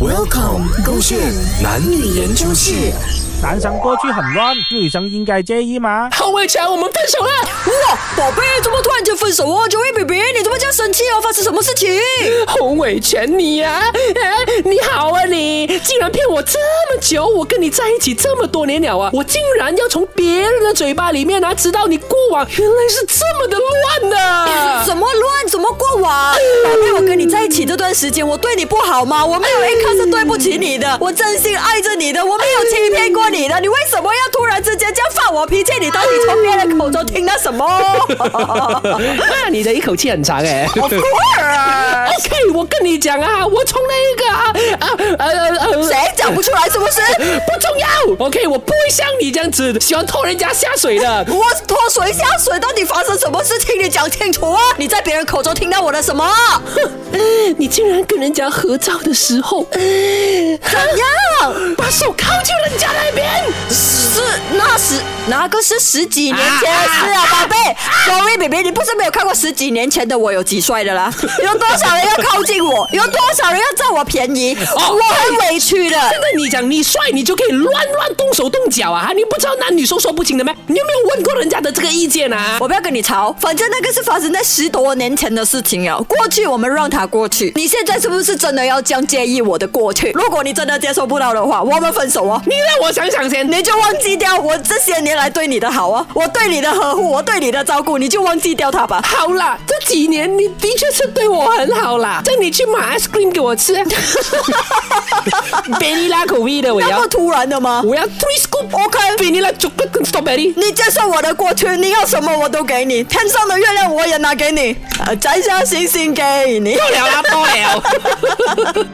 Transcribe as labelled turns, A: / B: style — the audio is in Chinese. A: Welcome，勾线男女研究室。
B: 男生过去很乱，女生应该介意吗？
C: 好伟强，我们分手了！啊
D: 哇，宝贝，怎么突然间分手哦？九位 baby，你怎么这样生气哦？发生什么事情？
C: 洪伟全，啊你呀、哎，你好啊你，竟然骗我这么久！我跟你在一起这么多年了啊，我竟然要从别人的嘴巴里面啊，知道你过往原来是这么的乱啊的、
D: 怎么乱？怎么过往？宝贝，我跟你在一起这段时间，我对你不好吗？我没有一刻是对不起你的，我真心爱着你的，我没有欺骗过你的，你为什么要突然之间这样发我脾气？你到底从别人口中听到什么
C: 那你的一口气很长哎、
D: ？Of course，
C: OK，我跟你讲啊，我从那个啊啊呃呃呃，
D: 谁讲不出来是不是？
C: 不重要。OK，我不会像你这样子喜欢拖人家下水 的。
D: 我拖水下水，到底发生什么事情？你讲清楚啊！你在别人口中听到我的什么？
C: 你竟然跟人家合照的时候，
D: 怎样？
C: 把手靠近人家那边。
D: 是那时哪个是十几年前的
C: 啊
D: 事啊，宝贝？Sorry，b y 你不是没有看过十几年前的我有几帅 的啦？有多少人要靠近我？有多少人要占我便宜？
C: 哦
D: 我很委屈的。
C: 现在你讲你帅，你就可以乱乱动手动脚啊！你不知道男女授受不亲的吗？你有没有问过人家的这个意见啊？
D: 我不要跟你吵，反正那个是发生在十多年前的事情了。过去我们让它过去。你现在是不是真的要这样介意我的过去？如果你真的接受不到的话，我们分手哦。
C: 你让我想想先。
D: 你就忘记掉我这些年来对你的好啊，我对你的呵护，我对你的照顾，你就忘记掉它吧。
C: 好啦，这几年你的确是对我很好啦，叫你去买 ice cream 给我吃， 贝利拉口味的我
D: 那
C: 要
D: 么，突然的吗？
C: 我要 three scoop OK，贝利拉 chocolate 跟 strawberry。
D: 你接受我的过去，你要什么我都给你，天上的月
C: 啊
D: 亮我也拿给你，呃，摘下星星给你。
C: 够了啦，多了。